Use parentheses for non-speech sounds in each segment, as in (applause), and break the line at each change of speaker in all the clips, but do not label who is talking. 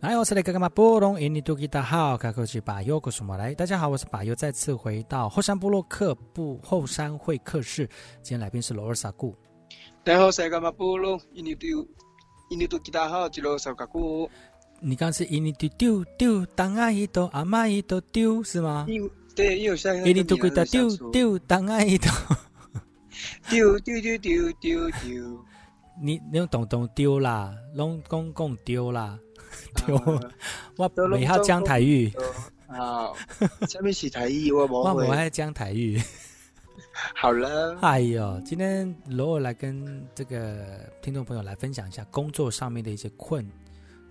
哎，我是那个干嘛波隆印尼多吉大号，卡过去把优古什么来？大家好，我是把优，再次回到后山部落客部后山会客室。今天来宾是罗尔萨固。
大家好，saya Gama Pulung. Ini tu ini tu kita hao jilo sakaku.
你刚刚是印尼丢丢丢，当阿一头阿妈一头丢是吗？
Iu, te iu saya.
印尼多吉大丢丢，当阿一
(laughs)
头。
丢丢丢丢丢丢。
你你用懂懂丢啦，拢公共丢啦，丢。我
都拢
没晓讲台语，
啊，下面是台语，我
我
不
没
会。
爱讲台语。
好了，
哎呦，今天罗尔来跟这个听众朋友来分享一下工作上面的一些困，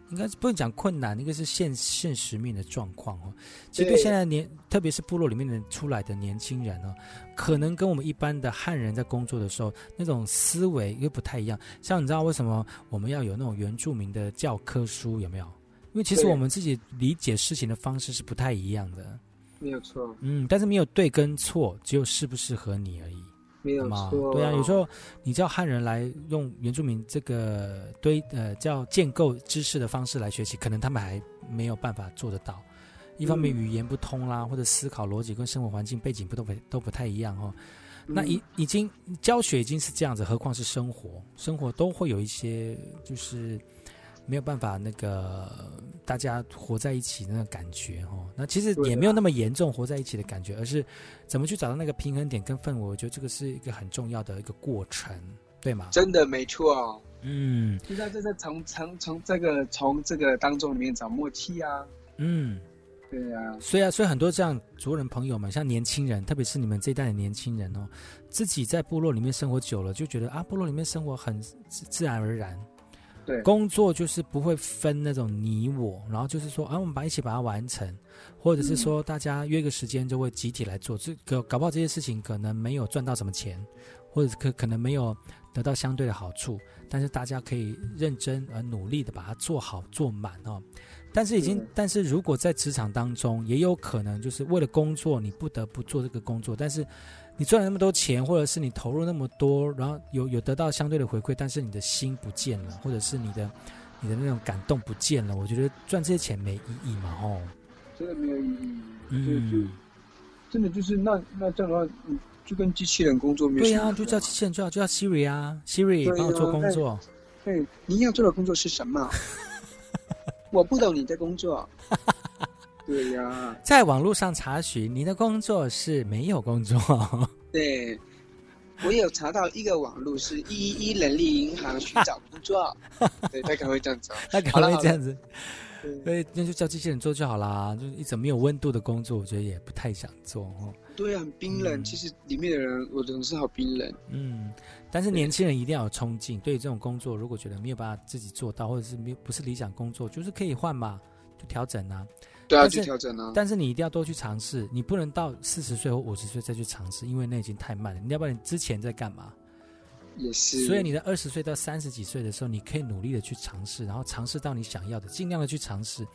应该是不能讲困难，应该是现现实面的状况哦。其实对
对
现在年，特别是部落里面的出来的年轻人哦，可能跟我们一般的汉人在工作的时候那种思维又不太一样。像你知道为什么我们要有那种原住民的教科书有没有？因为其实
对
我们自己理解事情的方式是不太一样的，
没有错，
嗯，但是没有对跟错，只有适不适合你而已。
没有
嘛，
错。
对啊，有时候你叫汉人来用原住民这个堆呃叫建构知识的方式来学习，可能他们还没有办法做得到。一方面
嗯
语言不通啦，或者思考逻辑跟生活环境背景不都不都不太一样哦。
嗯
那已已经教学已经是这样子，何况是生活，生活都会有一些就是没有办法那个大家活在一起的那个感觉哦。那其实
对啊
也没有那么严重活在一起的感觉，而是怎么去找到那个平衡点跟氛围，我觉得这个是一个很重要的一个过程，对吗？
真的没错。
嗯
现在就是从从从这个从这个当中里面找默契啊，
嗯，
对啊，
所以啊，所以很多这样族人朋友们，像年轻人，特别是你们这一代的年轻人哦，自己在部落里面生活久了，就觉得啊，部落里面生活很自自然而然。
对
工作就是不会分那种你我，然后就是说啊，我们把一起把它完成，或者是说大家约个时间就会集体来做。这个搞不好这些事情可能没有赚到什么钱，或者可可能没有得到相对的好处，但是大家可以认真而努力的把它做好做满哦。但是已经
对，
但是如果在职场当中，也有可能就是为了工作，你不得不做这个工作，但是你赚了那么多钱，或者是你投入那么多，然后有有得到相对的回馈，但是你的心不见了，或者是你的你的那种感动不见了，我觉得赚这些钱没意义嘛，吼。
真的没有意义。就就
嗯，
真的就是那那这样的话，嗯就跟机器人工作没有
对
什
呀、
么
就
两
叫
样
机器人，就叫就叫 Siri 啊，Siri
对啊
帮我做工作。
对，嗯你要做的工作是
(laughs)
什么？我不懂你的工作。 (laughs) 对呀、
在网络上查询，你的工作是没有工作，
对，我有查到一个网路是一一人力银行寻找工作，
(laughs)
对，他可能会这样子哦。
那
(laughs) 好
可
了
能
好
会这样子。
对
对，那就叫机器人做就好啦。就是一整没有温度的工作，我觉得也不太想做哦。
对啊，很冰冷。
嗯
其实里面的人，我的同事好冰冷。
嗯，但是
对
年轻人一定要有冲劲。对于这种工作，如果觉得没有办法自己做到，或者是没有不是理想工作，就是可以换嘛，就调整啊。
对啊，
但是
去调整啊。
但是你一定要多去尝试，你不能到四十岁或五十岁再去尝试，因为那已经太慢了。你要不然你之前在干嘛？
也是。
所以你在二十岁到三十几岁的时候，你可以努力的去尝试，然后尝试到你想要的，尽量的去尝试。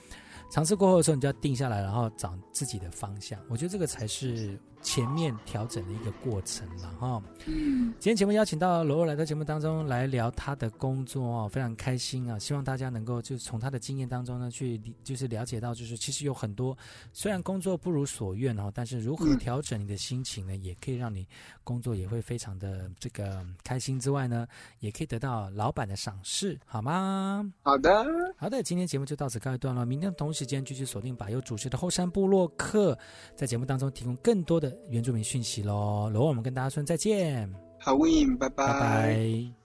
尝试过后的时候，你就要定下来，然后找自己的方向。我觉得这个才是前面调整的一个过程了哈。
嗯，
今天节目邀请到罗罗来到节目当中来聊他的工作哦，非常开心啊！希望大家能够就是从他的经验当中呢去理就是了解到，就是其实有很多虽然工作不如所愿哦，但是如何
嗯
调整你的心情呢，也可以让你工作也会非常的这个开心之外呢，也可以得到老板的赏识，好吗？
好的，
好的，今天节目就到此告一段落。明天同时间继续锁定把由主持的后山部落客，在节目当中提供更多的原住民讯息喽。罗，我们跟大家说再见，
好运，拜
拜拜